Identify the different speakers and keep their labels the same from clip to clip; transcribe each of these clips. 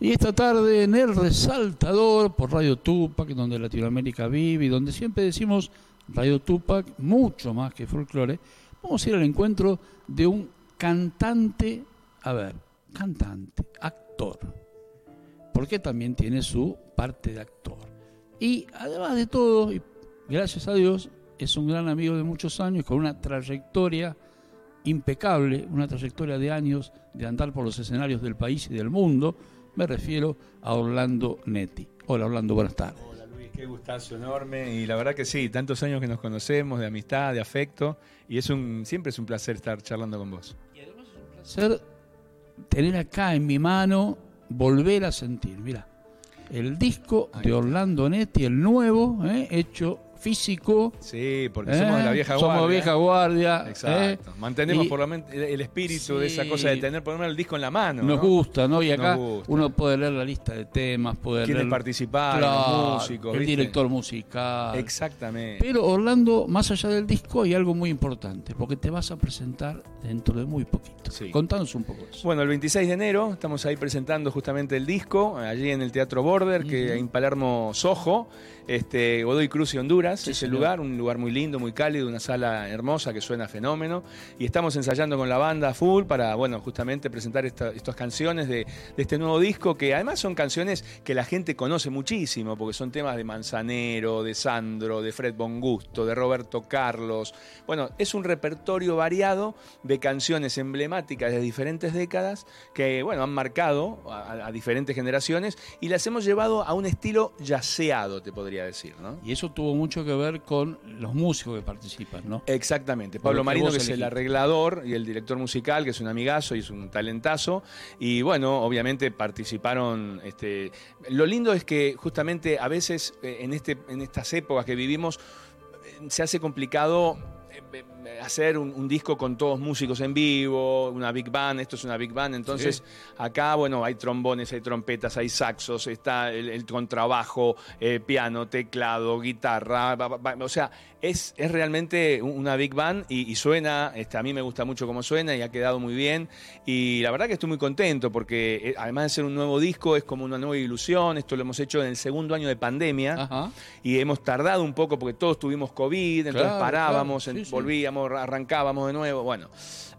Speaker 1: Y esta tarde en El Resaltador por Radio Tupac, donde Latinoamérica vive y donde siempre decimos Radio Tupac, mucho más que folclore, vamos a ir al encuentro de un cantante, a ver, cantante, actor, porque también tiene su parte de actor. Y además de todo, y gracias a Dios, es un gran amigo de muchos años, con una trayectoria impecable, una trayectoria de años de andar por los escenarios del país y del mundo. Me refiero a Orlando Netti. Hola Orlando, buenas tardes.
Speaker 2: Hola Luis, qué gustazo enorme. Y la verdad que sí, tantos años que nos conocemos, de amistad, de afecto. Y es un, siempre es un placer estar charlando con vos.
Speaker 1: Y además es un placer tener acá en mi mano, volver a sentir, mira, el disco de Orlando Netti, el nuevo, ¿eh? hecho físico.
Speaker 2: Sí, porque ¿eh? somos de la vieja
Speaker 1: somos guardia. Somos vieja guardia.
Speaker 2: Exacto. ¿eh? Mantenemos y, por lo menos el espíritu sí, de esa cosa de tener por lo menos el disco en la mano.
Speaker 1: Nos ¿no? gusta, ¿no? Y acá uno puede leer la lista de temas, puede
Speaker 2: Quienes
Speaker 1: leer...
Speaker 2: participaron, claro, los músicos.
Speaker 1: El ¿viste? director musical.
Speaker 2: Exactamente.
Speaker 1: Pero Orlando, más allá del disco, hay algo muy importante, porque te vas a presentar dentro de muy poquito. Sí. Contanos un poco eso.
Speaker 2: Bueno, el 26 de enero estamos ahí presentando justamente el disco, allí en el Teatro Border, mm. que en Palermo Sojo, este, Godoy Cruz y Honduras. Sí, es el señor. lugar, un lugar muy lindo, muy cálido, una sala hermosa que suena fenómeno. Y estamos ensayando con la banda full para, bueno, justamente presentar esta, estas canciones de, de, este nuevo disco, que además son canciones que la gente conoce muchísimo, porque son temas de Manzanero, de Sandro, de Fred Bongusto, de Roberto Carlos. Bueno, es un repertorio variado de canciones emblemáticas de diferentes décadas que, bueno, han marcado a, a diferentes generaciones y las hemos llevado a un estilo yaceado, te podría decir, ¿no?
Speaker 1: Y eso tuvo mucho que ver con los músicos que participan, ¿no?
Speaker 2: Exactamente. Pablo Marino, que es el arreglador y el director musical, que es un amigazo y es un talentazo. Y bueno, obviamente participaron. Este... Lo lindo es que justamente a veces en, este, en estas épocas que vivimos se hace complicado eh, hacer un, un, disco con todos músicos en vivo, una big band, esto es una big band, entonces sí. acá, bueno, hay trombones, hay trompetas, hay saxos, está el, el contrabajo, eh, piano, teclado, guitarra, ba, ba, ba, o sea, es, es, realmente una big band y, y suena, este, a mí me gusta mucho cómo suena y ha quedado muy bien y la verdad que estoy muy contento porque eh, además de ser un nuevo disco es como una nueva ilusión, esto lo hemos hecho en el segundo año de pandemia
Speaker 1: Ah.
Speaker 2: Ajá. y hemos tardado un poco porque todos tuvimos COVID, claro, entonces parábamos, claro, sí, en, sí. volvíamos, arrancábamos de nuevo, bueno.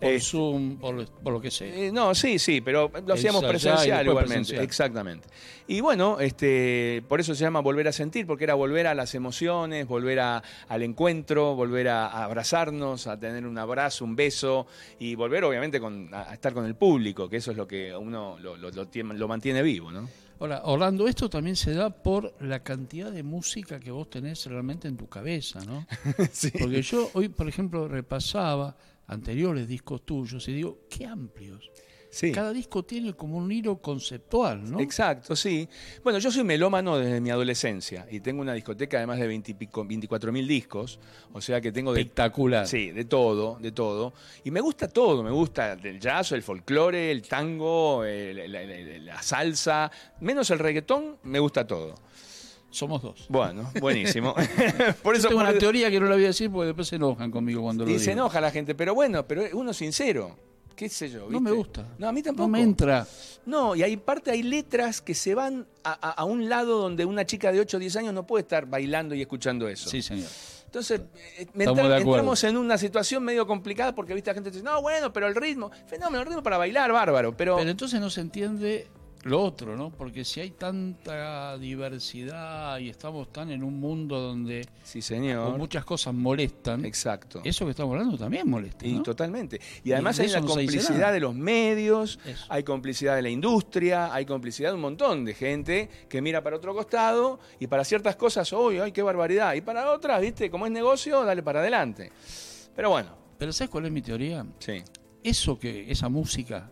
Speaker 1: Por eh, Zoom, por, por, lo que sea.
Speaker 2: Eh, no, sí, sí, pero lo hacíamos Ensayá presencial igualmente. Presencial. Exactamente. Y bueno, este, por eso se llama volver a sentir, porque era volver a las emociones, volver a, al encuentro, volver a, a, abrazarnos, a tener un abrazo, un beso, y volver obviamente con, a, a, estar con el público, que eso es lo que uno lo, lo, lo, lo mantiene vivo, ¿no?
Speaker 1: Ahora, Orlando, esto también se da por la cantidad de música que vos tenés realmente en tu cabeza, ¿no? sí. Porque yo hoy, por ejemplo, repasaba anteriores discos tuyos y digo, qué amplios. Sí. Cada disco tiene como un hilo conceptual, ¿no?
Speaker 2: Exacto, sí. Bueno, yo soy melómano desde mi adolescencia y tengo una discoteca además de 20 pico, 24 mil discos, o sea que tengo... De,
Speaker 1: Espectacular.
Speaker 2: Sí, de todo, de todo. Y me gusta todo, me gusta el jazz, el folclore, el tango, el, el, el, la salsa, menos el reggaetón, me gusta todo.
Speaker 1: Somos dos.
Speaker 2: Bueno, buenísimo.
Speaker 1: por eso, Yo tengo por... una teoría que no la voy a decir porque después se enojan conmigo cuando
Speaker 2: y
Speaker 1: lo digo.
Speaker 2: Y se enoja la gente, pero bueno, pero uno es sincero qué sé yo. ¿viste?
Speaker 1: No me gusta.
Speaker 2: No, a mí tampoco.
Speaker 1: No me entra.
Speaker 2: No, y hay parte, hay letras que se van a, a, a un lado donde una chica de 8 o 10 años no puede estar bailando y escuchando eso.
Speaker 1: Sí, señor.
Speaker 2: Entonces, eh, entra, entramos en una situación medio complicada porque, viste, la gente dice, no, bueno, pero el ritmo, fenómeno, el ritmo para bailar, bárbaro. Pero,
Speaker 1: pero entonces no se entiende lo otro, ¿no? Porque si hay tanta diversidad y estamos tan en un mundo donde
Speaker 2: sí, señor.
Speaker 1: muchas cosas molestan.
Speaker 2: Exacto.
Speaker 1: Eso que estamos hablando también molesta.
Speaker 2: Y ¿no? totalmente. Y además y hay la no complicidad de los medios, eso. hay complicidad de la industria, hay complicidad de un montón de gente que mira para otro costado y para ciertas cosas, uy, ay, qué barbaridad. Y para otras, viste, como es negocio, dale para adelante. Pero bueno.
Speaker 1: Pero ¿sabes cuál es mi teoría?
Speaker 2: Sí.
Speaker 1: Eso que, esa música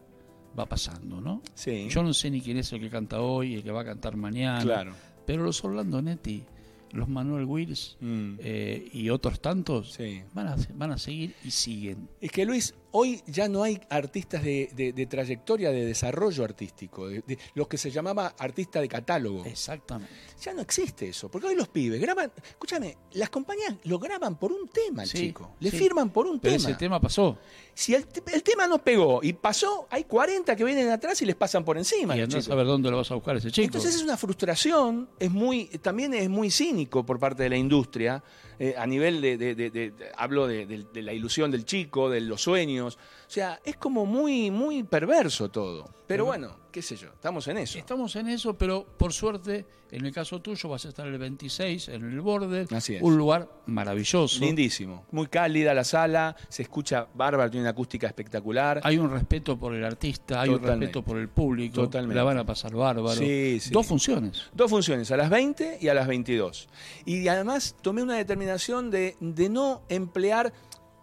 Speaker 1: va pasando, ¿no?
Speaker 2: Sí.
Speaker 1: Yo no sé ni quién es el que canta hoy, el que va a cantar mañana.
Speaker 2: Claro.
Speaker 1: Pero los Orlando Netti, los Manuel Wills mm. eh, y otros tantos
Speaker 2: Mm. sí.
Speaker 1: van, a, van a seguir y siguen.
Speaker 2: Es que Luis, Hoy ya no hay artistas de, de- de trayectoria de desarrollo artístico, de, de- los que se llamaba artista de catálogo.
Speaker 1: Exactamente.
Speaker 2: Ya no existe eso, porque hoy los pibes graban, escúchame, las compañías lo graban por un tema al
Speaker 1: Sí,
Speaker 2: chico, le
Speaker 1: sí.
Speaker 2: firman por un
Speaker 1: Pero
Speaker 2: tema.
Speaker 1: ese tema pasó.
Speaker 2: Si el, te- el tema no pegó y pasó, hay 40 que vienen atrás y les pasan por encima.
Speaker 1: Y
Speaker 2: los
Speaker 1: andás
Speaker 2: chicos.
Speaker 1: a ver dónde lo vas a buscar a ese chico.
Speaker 2: Entonces es una frustración, es muy, también es muy cínico por parte de la industria, eh, a nivel de, de- de- de- de- hablo de, de- de la ilusión del chico, de los sueños, o sea, es como muy, muy perverso todo. Pero bueno, qué sé yo, estamos en eso.
Speaker 1: Estamos en eso, pero por suerte, en el caso tuyo, vas a estar el 26 en el borde.
Speaker 2: Así es.
Speaker 1: Un lugar maravilloso.
Speaker 2: Lindísimo, muy cálida la sala, se escucha bárbaro, tiene una acústica espectacular.
Speaker 1: Hay un respeto por el artista, hay un
Speaker 2: Totalmente.
Speaker 1: respeto por el público.
Speaker 2: Totalmente.
Speaker 1: La van a pasar bárbaro.
Speaker 2: Sí, sí.
Speaker 1: Dos funciones.
Speaker 2: Dos funciones, a las 20 y a las 22. Y además tomé una determinación de, de no emplear...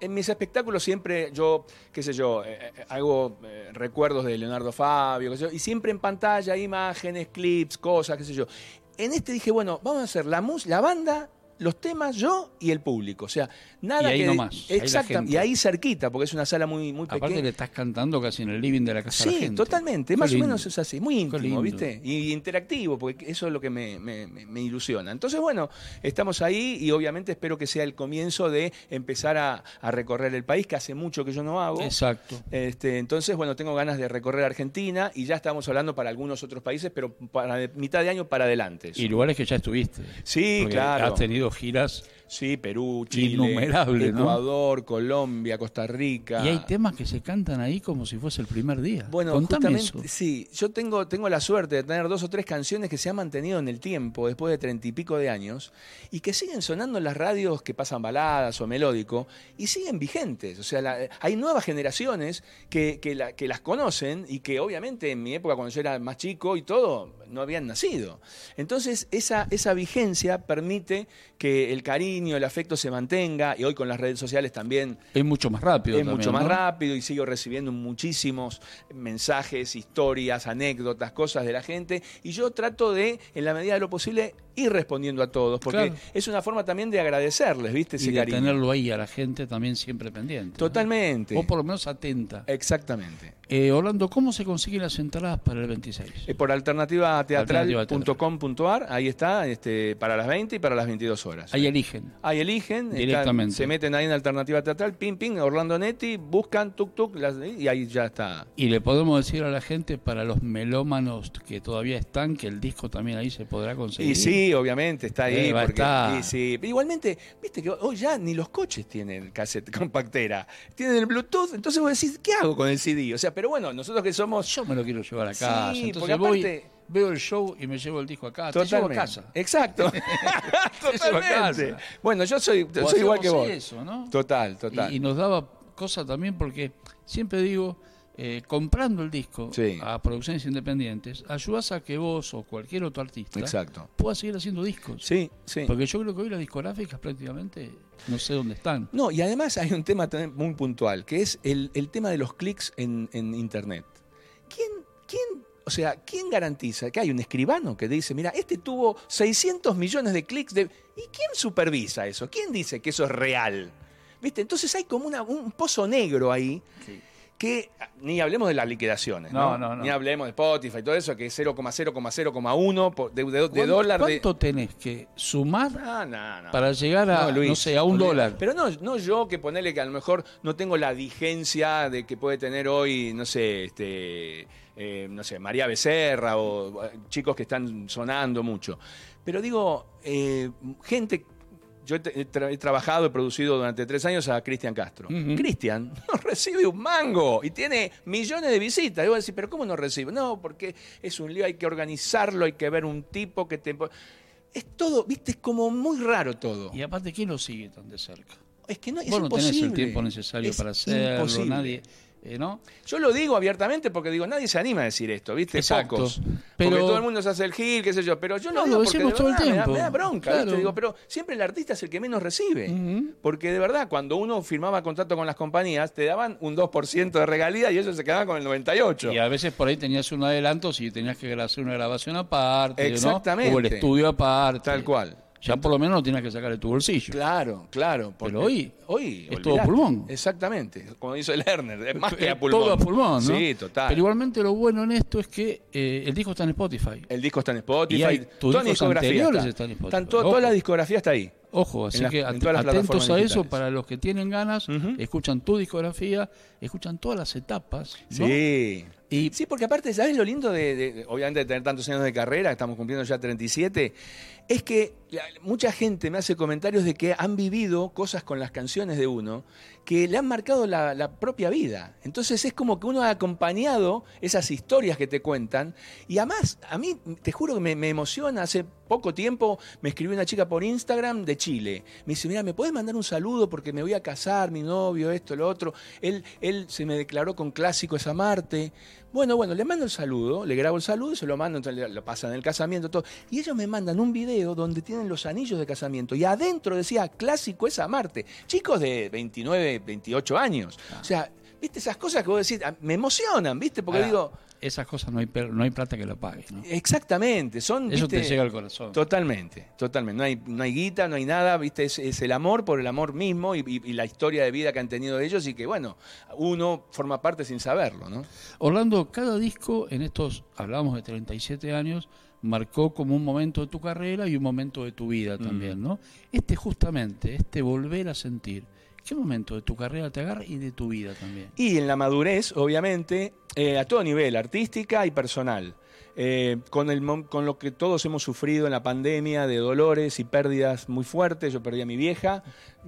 Speaker 2: En mis espectáculos siempre yo, qué sé yo, eh, eh, hago eh, recuerdos de Leonardo Fabio, qué sé yo, y siempre en pantalla imágenes, clips, cosas, qué sé yo. En este dije, bueno, vamos a hacer la mus, la banda, los temas, yo y el público. O sea, nada
Speaker 1: Y ahí
Speaker 2: que...
Speaker 1: nomás, ahí la
Speaker 2: Exacta-
Speaker 1: gente.
Speaker 2: y ahí cerquita, porque es una sala muy, muy
Speaker 1: Aparte
Speaker 2: pequeña.
Speaker 1: le estás cantando casi en el living de la casa de la
Speaker 2: Sí,
Speaker 1: gente.
Speaker 2: totalmente.
Speaker 1: Qué
Speaker 2: Más
Speaker 1: lindo.
Speaker 2: o menos es así. Muy íntimo,
Speaker 1: lindo.
Speaker 2: ¿viste? Y interactivo, porque eso es lo que me, me- me- me ilusiona. Entonces, bueno, estamos ahí y obviamente espero que sea el comienzo de empezar a, a recorrer el país, que hace mucho que yo no hago.
Speaker 1: Exacto.
Speaker 2: Este, entonces, bueno, tengo ganas de recorrer Argentina y ya estamos hablando para algunos otros países, pero para de- mitad de año para adelante. eso.
Speaker 1: Y lugares que ya estuviste.
Speaker 2: Sí,
Speaker 1: Porque
Speaker 2: claro.
Speaker 1: Has tenido giras
Speaker 2: Sí, Perú, Chile,
Speaker 1: Innumerable, ¿no?
Speaker 2: Ecuador, Colombia, Costa Rica.
Speaker 1: y hay temas que se cantan ahí como si fuese el primer día.
Speaker 2: Bueno,
Speaker 1: Contame
Speaker 2: justamente,
Speaker 1: eso.
Speaker 2: sí, yo tengo, tengo la suerte de tener dos o tres canciones que se han mantenido en el tiempo, después de treinta y pico de años, y que siguen sonando en las radios que pasan baladas o melódico, y siguen vigentes. O sea, la- hay nuevas generaciones que, que la- que las conocen y que obviamente en mi época, cuando yo era más chico y todo, no habían nacido. Entonces, esa, esa vigencia permite que el cariño, el afecto se mantenga, y hoy con las redes sociales también
Speaker 1: Es mucho más rápido.
Speaker 2: es
Speaker 1: también,
Speaker 2: mucho más
Speaker 1: ¿no?
Speaker 2: rápido y sigo recibiendo muchísimos mensajes, historias, anécdotas, cosas de la gente. Y yo trato de, en la medida de lo posible, ir respondiendo a todos, porque
Speaker 1: Claro.
Speaker 2: es una forma también de agradecerles, ¿viste? Ese
Speaker 1: Y de
Speaker 2: cariño.
Speaker 1: tenerlo ahí a la gente también siempre pendiente. ¿no?
Speaker 2: Totalmente.
Speaker 1: O por lo menos atenta.
Speaker 2: Exactamente.
Speaker 1: Eh, Orlando, ¿cómo se consiguen las entradas para el 26?
Speaker 2: Eh, Por alternativateatral.com.ar, ahí está, este, para las 20 y para las 22 horas.
Speaker 1: Ahí eligen.
Speaker 2: Ahí eligen, están-
Speaker 1: Directamente.
Speaker 2: se meten ahí en Alternativa Teatral, ping, ping, Orlando Netti, buscan, tuk, tuk, las- y ahí ya está.
Speaker 1: Y le podemos decir a la gente, para los melómanos que todavía están, que el disco también ahí se podrá conseguir.
Speaker 2: Y sí, obviamente, está ahí.
Speaker 1: Eh, va a
Speaker 2: porque,
Speaker 1: estar.
Speaker 2: y sí. Pero Igualmente, viste que hoy ya ni los coches tienen cassette compactera. Tienen el Bluetooth, entonces vos decís, ¿qué hago con el CD? O sea, pero bueno, nosotros que somos...
Speaker 1: Yo me lo quiero llevar a
Speaker 2: Sí,
Speaker 1: casa.
Speaker 2: porque
Speaker 1: Entonces voy,
Speaker 2: aparte-
Speaker 1: veo el show y me llevo el disco a casa. ah, Te llevo a
Speaker 2: Totalmente.
Speaker 1: casa.
Speaker 2: Exacto.
Speaker 1: llevo a casa.
Speaker 2: Totalmente. Bueno, yo soy,
Speaker 1: O
Speaker 2: soy igual que
Speaker 1: hacemos
Speaker 2: vos.
Speaker 1: eso, ¿no?
Speaker 2: Total, total.
Speaker 1: Y, y nos daba cosa también porque siempre digo, eh, comprando el disco
Speaker 2: Sí.
Speaker 1: a producciones independientes, ayudas a que vos o cualquier otro artista
Speaker 2: Exacto.
Speaker 1: pueda seguir haciendo discos.
Speaker 2: Sí, sí.
Speaker 1: Porque yo creo que hoy las discográficas prácticamente no sé dónde están.
Speaker 2: No, y además hay un tema también muy puntual, que es el, el tema de los clics en, en Internet. ¿Quién, quién, o sea, ¿quién garantiza que hay un escribano que dice, mira, este tuvo 600 millones de clics? De... ¿Y quién supervisa eso? ¿Quién dice que eso es real? ¿Viste? Entonces hay como una- un pozo negro ahí que ni hablemos de las liquidaciones, ¿no?
Speaker 1: No, no, no.
Speaker 2: Ni hablemos de Spotify y todo eso, que es 0,0,0,1 por- de, de- de
Speaker 1: ¿Cuán-
Speaker 2: dólar de...
Speaker 1: ¿Cuánto tenés que sumar
Speaker 2: Ah, no, no.
Speaker 1: para llegar a, no,
Speaker 2: Luis,
Speaker 1: sé, a un
Speaker 2: olvidate.
Speaker 1: dólar?
Speaker 2: Pero no, no yo que ponerle que a lo mejor no tengo la vigencia de que puede tener hoy, no sé, este, eh, no sé, María Becerra o eh, chicos que están sonando mucho. Pero digo, eh, gente. Yo he tra- he, tra- he trabajado, he producido durante tres años a Cristian Castro.
Speaker 1: Ujú.
Speaker 2: Cristian no recibe un mango y tiene millones de visitas. Y vos decís, ¿pero cómo no recibe? No, porque es un lío, hay que organizarlo, hay que ver un tipo que te... Es todo, viste, es como muy raro todo.
Speaker 1: Y aparte, ¿quién lo sigue tan de cerca?
Speaker 2: Es que no, es
Speaker 1: vos no
Speaker 2: imposible.
Speaker 1: tenés el tiempo necesario
Speaker 2: Es
Speaker 1: para hacerlo,
Speaker 2: imposible.
Speaker 1: nadie, eh, ¿no?
Speaker 2: Yo lo digo abiertamente porque digo, nadie se anima a decir esto, ¿viste?
Speaker 1: Exacto.
Speaker 2: Pocos.
Speaker 1: Pero-
Speaker 2: Porque todo el mundo se hace el gil, qué sé yo. Pero yo
Speaker 1: No,
Speaker 2: lo
Speaker 1: lo
Speaker 2: digo porque de
Speaker 1: decimos todo el
Speaker 2: verdad me da-
Speaker 1: tiempo.
Speaker 2: Me da, bronca,
Speaker 1: Claro.
Speaker 2: ¿viste? Digo, pero siempre el artista es el que menos recibe.
Speaker 1: Ujú.
Speaker 2: Porque de verdad, cuando uno firmaba contrato con las compañías, te daban un 2% de regalía y ellos se quedaban con el 98%.
Speaker 1: Y a veces por ahí tenías un adelanto si tenías que hacer una grabación aparte, ¿no?
Speaker 2: Exactamente.
Speaker 1: O el estudio aparte.
Speaker 2: Tal cual.
Speaker 1: Ya por lo menos no tienes que sacar de tu bolsillo.
Speaker 2: Claro, claro.
Speaker 1: Pero hoy,
Speaker 2: hoy
Speaker 1: es todo pulmón.
Speaker 2: Exactamente, como hizo Lerner, es más que a
Speaker 1: Es
Speaker 2: pulmón.
Speaker 1: Eh, Todo a pulmón, ¿no?
Speaker 2: Sí, total.
Speaker 1: Pero igualmente lo bueno en esto es que eh, el disco está en Spotify.
Speaker 2: El disco está en
Speaker 1: Y
Speaker 2: Spotify.
Speaker 1: hay- tus
Speaker 2: toda la
Speaker 1: discos
Speaker 2: discografía
Speaker 1: anteriores
Speaker 2: está.
Speaker 1: están en Spotify.
Speaker 2: Están to-
Speaker 1: Ojo.
Speaker 2: toda la discografía está ahí.
Speaker 1: Ojo, así
Speaker 2: En las-
Speaker 1: que
Speaker 2: en
Speaker 1: at-
Speaker 2: todas las
Speaker 1: atentos
Speaker 2: plataformas
Speaker 1: a eso
Speaker 2: digitales.
Speaker 1: para los que tienen ganas,
Speaker 2: Ujú.
Speaker 1: escuchan tu discografía, escuchan todas las etapas. ¿no?
Speaker 2: Sí.
Speaker 1: Y
Speaker 2: Sí, porque aparte, ¿sabes lo lindo de, de- obviamente, de tener tantos años de carrera, estamos cumpliendo ya 37? Es que la- mucha gente me hace comentarios de que han vivido cosas con las canciones de uno que le han marcado la, la propia vida. Entonces es como que uno ha acompañado esas historias que te cuentan. Y además, a mí, te juro que me, me emociona. Hace poco tiempo me escribió una chica por Instagram de Chile. Me dice, mira, ¿me puedes mandar un saludo? Porque me voy a casar, mi novio, esto, lo otro. Él, él se me declaró con clásico esa Marte. Bueno, bueno, le mando el saludo, le grabo el saludo y se lo mando, entonces le- lo pasan en el casamiento, todo. Y ellos me mandan un video donde tienen los anillos de casamiento y adentro decía, clásico es amarte. Chicos de 29, 28 años.
Speaker 1: Ah.
Speaker 2: O sea, viste esas cosas que vos decís, ah, me emocionan, viste, porque
Speaker 1: ahora,
Speaker 2: digo,
Speaker 1: esas cosas no hay, per- no hay plata que la pague. ¿no?
Speaker 2: exactamente, son...
Speaker 1: Eso te
Speaker 2: viste,
Speaker 1: llega al corazón.
Speaker 2: Totalmente, totalmente. No hay, no hay guita, no hay nada, ¿viste? Es, es el amor por el amor mismo y, y- y la historia de vida que han tenido ellos y que, bueno, uno forma parte sin saberlo, ¿no?
Speaker 1: Orlando, cada disco en estos, hablábamos de 37 años, marcó como un momento de tu carrera y un momento de tu vida también, ¿no? Este justamente, este volver a sentir, ¿qué momento de tu carrera te agarra y de tu vida también?
Speaker 2: Y en la madurez, obviamente, eh, a todo nivel, artística y personal. Eh, con, el, mom- con lo que todos hemos sufrido en la pandemia de dolores y pérdidas muy fuertes. Yo perdí a mi vieja,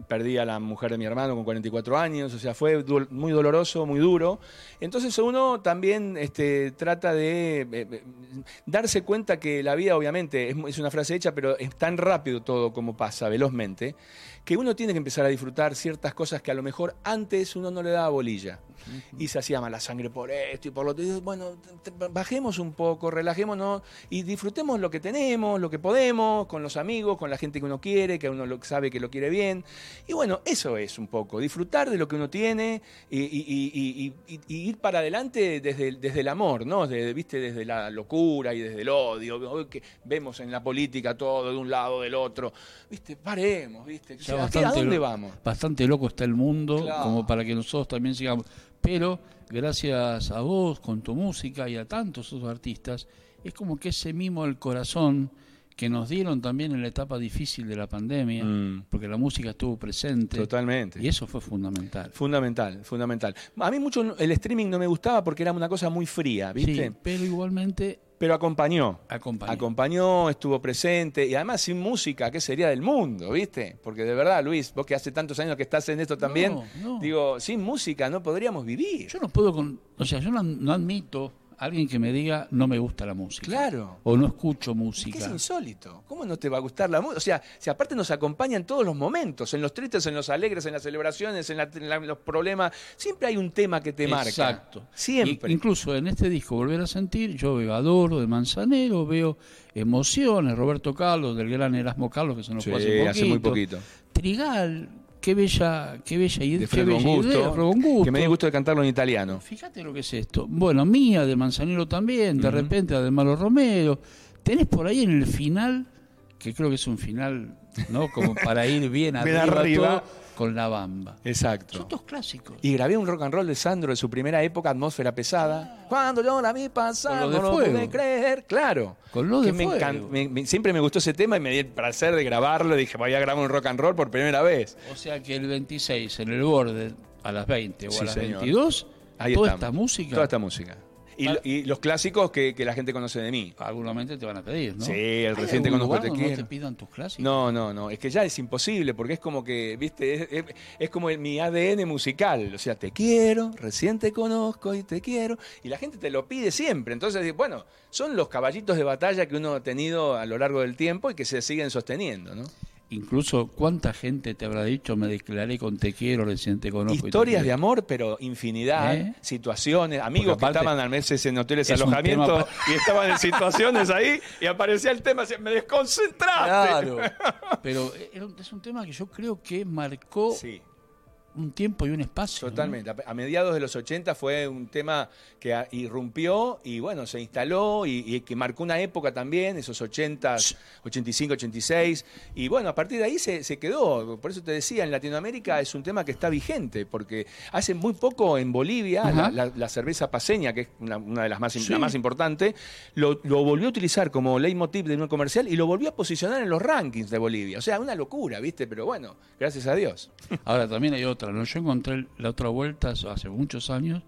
Speaker 2: perdí a la mujer de mi hermano con 44 años, o sea, fue du- muy doloroso, muy duro. Entonces uno también este, trata de eh, eh, darse cuenta que la vida, obviamente, es, mu- es una frase hecha, pero es tan rápido todo como pasa, velozmente, que uno tiene que empezar a disfrutar ciertas cosas que a lo mejor antes uno no le daba bolilla y se hacía mala sangre por esto y por lo otro. Y dices, Bueno, t- t- bajemos un poco, relajémonos y disfrutemos lo que tenemos, lo que podemos, con los amigos, con la gente que uno quiere, que uno lo, sabe que lo quiere bien. Y bueno, eso es un poco, disfrutar de lo que uno tiene y, y- y- y- y- y ir para adelante desde, el- desde el amor, ¿no? Desde, ¿Viste? Desde la locura y desde el odio. Hoy que vemos en la política todo de un lado, del otro. ¿Viste? Paremos, ¿viste? O
Speaker 1: Ya
Speaker 2: sea, ¿a qué- ¿A
Speaker 1: bastante
Speaker 2: dónde
Speaker 1: lo-
Speaker 2: vamos?
Speaker 1: Bastante loco está el mundo,
Speaker 2: Claro.
Speaker 1: como para que nosotros también sigamos. Pero gracias a vos, con tu música y a tantos otros artistas, es como que ese mimo al corazón que nos dieron también en la etapa difícil de la pandemia,
Speaker 2: Mm.
Speaker 1: porque la música estuvo presente.
Speaker 2: Totalmente.
Speaker 1: Y eso fue fundamental.
Speaker 2: Fundamental, fundamental. A mí mucho el streaming no me gustaba porque era una cosa muy fría, ¿viste?
Speaker 1: Sí, pero igualmente
Speaker 2: Pero acompañó.
Speaker 1: acompañó.
Speaker 2: Acompañó, estuvo presente y además sin música, ¿qué sería del mundo, viste? Porque de verdad, Luis, vos que hace tantos años que estás en esto también,
Speaker 1: No, no.
Speaker 2: digo, sin música no podríamos vivir.
Speaker 1: Yo no puedo con, o sea, yo no, no admito a alguien que me diga no me gusta la música.
Speaker 2: Claro.
Speaker 1: O no escucho
Speaker 2: Es que
Speaker 1: música.
Speaker 2: es insólito. ¿Cómo no te va a gustar la música? O sea, si aparte nos acompaña en todos los momentos, en los tristes, en los alegres, en las celebraciones, en, la- en la- en los problemas, siempre hay un tema que te marca.
Speaker 1: Exacto.
Speaker 2: Siempre.
Speaker 1: Y- incluso en este disco Volver a Sentir, yo veo Adoro de Manzanero, veo Emociones, Roberto Carlos, del gran Erasmo Carlos, que se nos
Speaker 2: Sí,
Speaker 1: fue hace, poquito.
Speaker 2: hace muy poquito.
Speaker 1: Trigal, qué bella, qué bella idea,
Speaker 2: de
Speaker 1: qué
Speaker 2: Fred
Speaker 1: bella idea,
Speaker 2: Bongusto,
Speaker 1: Fred Bongusto.
Speaker 2: que me dio gusto de cantarlo en italiano.
Speaker 1: Fíjate lo que es esto. Bueno, mía de Manzanero también, de repente Ademalo Romero. Tenés por ahí en el final, que creo que es un final, ¿no? Como para ir bien
Speaker 2: Bien
Speaker 1: arriba,
Speaker 2: arriba.
Speaker 1: todo, con la bamba. Son
Speaker 2: Exacto.
Speaker 1: dos clásicos.
Speaker 2: Y grabé un rock and roll de Sandro de su primera época, Atmósfera Pesada. Cuando yo la vi pasar,
Speaker 1: Con lo de
Speaker 2: no lo
Speaker 1: fuego.
Speaker 2: pude creer. Claro.
Speaker 1: Con lo de
Speaker 2: Que me
Speaker 1: fuego.
Speaker 2: encan- me- me- siempre me gustó ese tema y me di el placer de grabarlo. Dije, voy a grabar un rock and roll por primera vez.
Speaker 1: O sea que el 26 en el borde a las 20 o
Speaker 2: Sí,
Speaker 1: a las
Speaker 2: señor.
Speaker 1: 22,
Speaker 2: Ahí
Speaker 1: toda
Speaker 2: estamos.
Speaker 1: esta música
Speaker 2: Toda esta música. Y,
Speaker 1: Ah.
Speaker 2: y los clásicos que, que la gente conoce de mí.
Speaker 1: seguramente te van a pedir, ¿no?
Speaker 2: Sí, el
Speaker 1: ¿Hay
Speaker 2: reciente
Speaker 1: algún
Speaker 2: Conozco
Speaker 1: lugar
Speaker 2: Te
Speaker 1: donde no
Speaker 2: Quiero.
Speaker 1: te pidan tus clásicos?
Speaker 2: No, no, no. Es que ya es imposible, porque es como que, viste, es, es- es como el- mi ADN musical. O sea, te quiero, recién te conozco y te quiero. Y la gente te lo pide siempre. Entonces, bueno, son los caballitos de batalla que uno ha tenido a lo largo del tiempo y que se siguen sosteniendo, ¿no?
Speaker 1: Incluso, ¿cuánta gente te habrá dicho me declaré con te quiero, recién te conozco? pues, y te
Speaker 2: Historias
Speaker 1: quiero"?
Speaker 2: de amor, pero infinidad,
Speaker 1: ¿Eh?
Speaker 2: situaciones, amigos
Speaker 1: Porque aparte-
Speaker 2: que estaban a meses en hoteles
Speaker 1: Es un tema
Speaker 2: alojamiento y estaban en situaciones ahí y aparecía el tema, decía, me desconcentraste.
Speaker 1: Claro. Pero era un- es un tema que yo creo que marcó
Speaker 2: Sí.
Speaker 1: un tiempo y un espacio.
Speaker 2: Totalmente. ¿no? A mediados de los 80 fue un tema que a, irrumpió y bueno, se instaló y, y, que marcó una época también, esos 80, 85, 86. Y bueno, a partir de ahí se, se, quedó. Por eso te decía, en Latinoamérica es un tema que está vigente, porque hace muy poco en Bolivia la, la, la, cerveza paseña, que es una, una de las más, sí. la más importantes, lo, lo, volvió a utilizar como leitmotiv de un comercial y lo volvió a posicionar en los rankings de Bolivia. O sea, una locura, ¿viste? Pero bueno, gracias a Dios.
Speaker 1: Ahora también hay otra. ¿no? Yo encontré la otra vuelta hace muchos años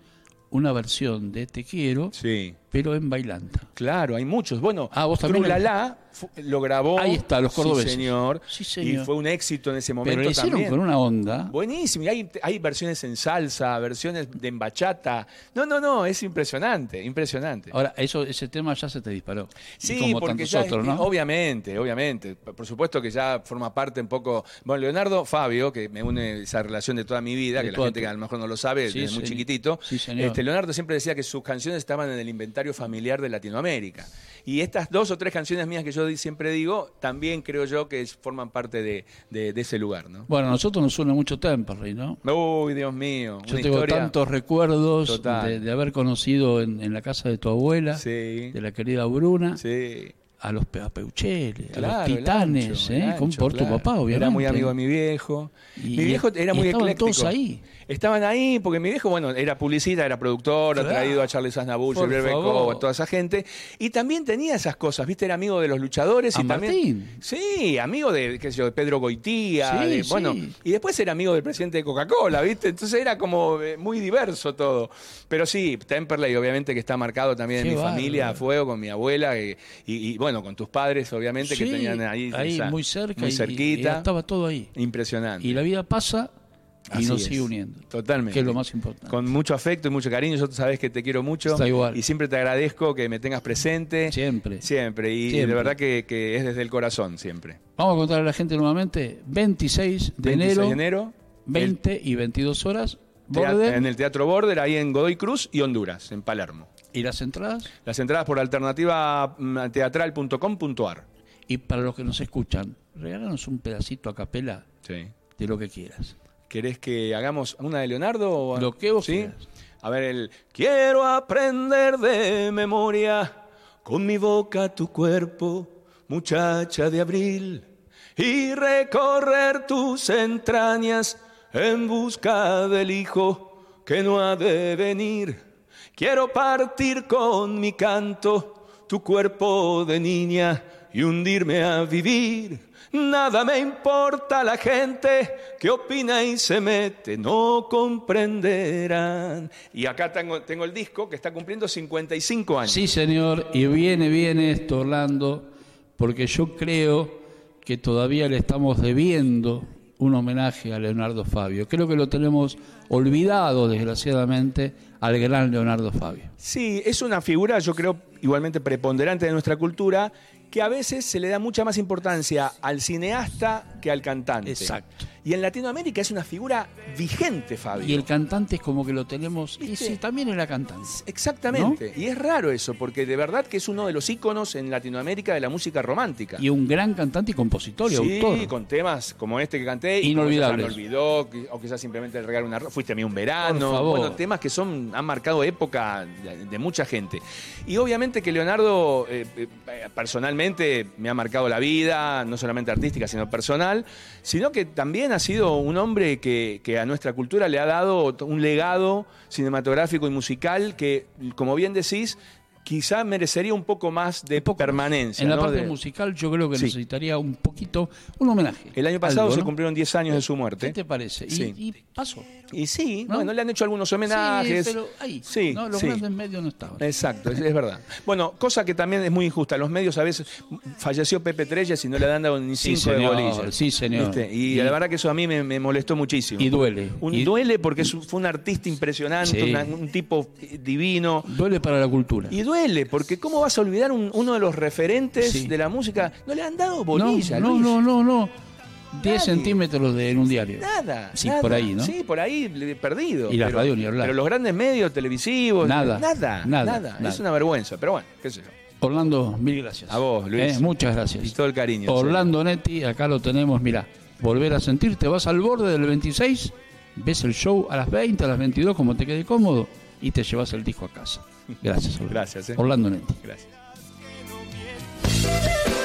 Speaker 1: una versión de Te Quiero,
Speaker 2: sí.
Speaker 1: pero en bailanta.
Speaker 2: Claro, hay muchos. Bueno, ah, ¿vos también Trulalá lo grabó.
Speaker 1: Ahí está, los cordobeses.
Speaker 2: Sí señor,
Speaker 1: sí, señor.
Speaker 2: Y fue un éxito en ese momento
Speaker 1: Pero lo hicieron
Speaker 2: también.
Speaker 1: con una onda.
Speaker 2: Buenísimo. Y hay, hay versiones en salsa, versiones de en bachata. No, no, no, es impresionante, impresionante.
Speaker 1: Ahora, eso, ese tema ya se te disparó.
Speaker 2: Sí, como porque tantos ya, otros, ¿no? obviamente, obviamente. Por supuesto que ya forma parte un poco... Bueno, Leonardo, Fabio, que me une esa relación de toda mi vida, de que la gente que a lo mejor no lo sabe, sí, desde muy chiquitito.
Speaker 1: Señor.
Speaker 2: Este, Leonardo siempre decía que sus canciones estaban en el inventario familiar de Latinoamérica. Y estas dos o tres canciones mías que yo siempre digo, también creo yo que forman parte de, de, de ese lugar, ¿no?
Speaker 1: Bueno, a nosotros nos suena mucho Temperley, ¿no?
Speaker 2: Uy, Dios mío.
Speaker 1: Yo tengo historia... tantos recuerdos de, de, haber conocido en, en, la casa de tu
Speaker 2: ¿eh?
Speaker 1: abuela,
Speaker 2: sí.
Speaker 1: de la querida Bruna.
Speaker 2: Sí
Speaker 1: a los peucheles, claro, a los titanes, ancho, ¿eh? Ancho, por claro. tu papá, obviamente.
Speaker 2: Era muy amigo de mi viejo.
Speaker 1: Y,
Speaker 2: mi viejo era muy
Speaker 1: y estaban
Speaker 2: ecléctico.
Speaker 1: todos ahí.
Speaker 2: Estaban ahí, porque mi viejo, bueno, era publicista, era productor, claro. ha traído a Charles Aznavour, Silver Beco, a toda esa gente. Y también tenía esas cosas, ¿viste? Era amigo de los luchadores.
Speaker 1: A
Speaker 2: y
Speaker 1: Martín.
Speaker 2: también Sí, amigo de, qué sé yo, de Pedro Goitía.
Speaker 1: Sí,
Speaker 2: de, bueno,
Speaker 1: sí.
Speaker 2: y después era amigo del presidente de Coca-Cola, ¿viste? Entonces era como eh, muy diverso todo. Pero sí, Temperley, obviamente, que está marcado también
Speaker 1: qué
Speaker 2: en mi
Speaker 1: barrio.
Speaker 2: familia, a fuego, con mi abuela, y, y, y bueno, con tus padres, obviamente,
Speaker 1: Sí,
Speaker 2: que tenían ahí.
Speaker 1: ahí
Speaker 2: esa-
Speaker 1: muy cerca
Speaker 2: Muy
Speaker 1: y- y-
Speaker 2: cerquita.
Speaker 1: y estaba todo ahí.
Speaker 2: Impresionante.
Speaker 1: Y la vida pasa y
Speaker 2: Así
Speaker 1: nos
Speaker 2: es.
Speaker 1: sigue uniendo.
Speaker 2: Totalmente.
Speaker 1: Que es lo más importante.
Speaker 2: Con mucho afecto y mucho cariño. Yo tú sabes que te quiero mucho.
Speaker 1: Está igual.
Speaker 2: Y siempre te agradezco que me tengas presente.
Speaker 1: Siempre.
Speaker 2: E, Siempre. Y
Speaker 1: Siempre.
Speaker 2: de verdad que, que es desde el corazón siempre.
Speaker 1: Vamos a contar a la gente nuevamente. 26 de
Speaker 2: 26
Speaker 1: enero,
Speaker 2: de enero.
Speaker 1: 20 y 22 horas.
Speaker 2: tea-
Speaker 1: Border.
Speaker 2: En el Teatro Border, ahí en Godoy Cruz y Honduras, en Palermo.
Speaker 1: ¿Y las entradas?
Speaker 2: Las entradas por alternativa mm, teatral.com.ar.
Speaker 1: Y para los que nos escuchan, regálanos un pedacito a capela
Speaker 2: Sí.
Speaker 1: de lo que quieras.
Speaker 2: ¿Querés que hagamos una de Leonardo? O...
Speaker 1: Lo que vos
Speaker 2: ¿Sí?
Speaker 1: quieras.
Speaker 2: A ver, el quiero aprender de memoria con mi boca tu cuerpo, muchacha de abril, y recorrer tus entrañas en busca del hijo que no ha de venir. Quiero partir con mi canto tu cuerpo de niña y hundirme a vivir. Nada me importa la gente que opina y se mete, no comprenderán. Y acá tengo, tengo el disco que está cumpliendo 55 años.
Speaker 1: Sí, señor, y viene, viene esto, Orlando, porque yo creo que todavía le estamos debiendo un homenaje a Leonardo Fabio. Creo que lo tenemos olvidado, desgraciadamente, al gran Leonardo Fabio.
Speaker 2: Sí, es una figura, yo creo, igualmente preponderante de nuestra cultura, que a veces se le da mucha más importancia al cineasta que al cantante.
Speaker 1: Exacto.
Speaker 2: Y en Latinoamérica es una figura vigente, Fabio.
Speaker 1: Y el cantante es como que lo tenemos... Y
Speaker 2: ¿Viste?
Speaker 1: sí, también era cantante.
Speaker 2: Exactamente. Y es raro eso, porque de verdad que es uno de los íconos en Latinoamérica de la música romántica.
Speaker 1: Y un gran cantante y compositor y
Speaker 2: Sí,
Speaker 1: autor.
Speaker 2: con temas como este que canté. y
Speaker 1: Inolvidables.
Speaker 2: como quizás Me olvidó, qui- o quizás simplemente el regalo una ro- Fuiste a mí un verano.
Speaker 1: Por favor.
Speaker 2: Bueno, temas que son han marcado época de, de mucha gente. Y obviamente que Leonardo eh, eh, personalmente me ha marcado la vida, no solamente artística, sino personal, sino que también ha sido un hombre que, que a nuestra cultura le ha dado t- un legado cinematográfico y musical que, como bien decís, quizás merecería un poco más de permanencia.
Speaker 1: En la
Speaker 2: ¿no?
Speaker 1: parte
Speaker 2: De-
Speaker 1: musical yo creo que
Speaker 2: Sí.
Speaker 1: necesitaría un poquito, un homenaje.
Speaker 2: el año pasado
Speaker 1: Algo,
Speaker 2: se
Speaker 1: ¿no?
Speaker 2: cumplieron 10 años de su
Speaker 1: ¿Qué
Speaker 2: muerte.
Speaker 1: te parece? Y,
Speaker 2: Sí.
Speaker 1: y pasó.
Speaker 2: Y sí,
Speaker 1: ¿No?
Speaker 2: bueno, le han hecho algunos homenajes.
Speaker 1: Sí, pero ahí.
Speaker 2: Sí,
Speaker 1: ¿no? Los
Speaker 2: sí.
Speaker 1: grandes medios no estaban.
Speaker 2: Exacto, es, es verdad. Bueno, cosa que también es muy injusta. Los medios a veces falleció Pepe Trelles y no le dan dado ni
Speaker 1: Sí,
Speaker 2: cinco de
Speaker 1: señor,
Speaker 2: bolillas.
Speaker 1: sí, señor.
Speaker 2: ¿Viste? Y, la verdad que eso a mí me, me molestó muchísimo.
Speaker 1: Y duele.
Speaker 2: Un-
Speaker 1: Y-
Speaker 2: duele porque es un- fue un artista impresionante,
Speaker 1: Sí.
Speaker 2: una- un tipo divino.
Speaker 1: Duele para la cultura.
Speaker 2: Y duele, porque ¿cómo vas a olvidar un- uno de los referentes
Speaker 1: Sí.
Speaker 2: de la música? No le han dado
Speaker 1: no,
Speaker 2: bolilla,
Speaker 1: no,
Speaker 2: Luis.
Speaker 1: no, no, no. 10
Speaker 2: Nadie.
Speaker 1: centímetros de, en un diario.
Speaker 2: Nada.
Speaker 1: Sí,
Speaker 2: nada.
Speaker 1: por ahí, ¿no?
Speaker 2: Sí, por ahí, le- perdido.
Speaker 1: Y la
Speaker 2: Pero-
Speaker 1: radio ni hablar.
Speaker 2: Pero los grandes medios televisivos.
Speaker 1: Nada,
Speaker 2: Nada.
Speaker 1: nada,
Speaker 2: Nada.
Speaker 1: nada.
Speaker 2: Es una vergüenza. Pero bueno, qué sé yo.
Speaker 1: Orlando, mil gracias.
Speaker 2: A vos, Luis.
Speaker 1: Eh, muchas gracias.
Speaker 2: Y todo el cariño. en serio.
Speaker 1: Orlando Netti, acá lo tenemos, mirá. Volver a sentirte, vas al borde del 26 ves el show a las 20, a las 22, como te quede cómodo, y te llevas el disco a casa. Gracias, Orlando.
Speaker 2: Gracias. eh.
Speaker 1: Orlando Netti.
Speaker 2: Gracias.
Speaker 3: Thank you.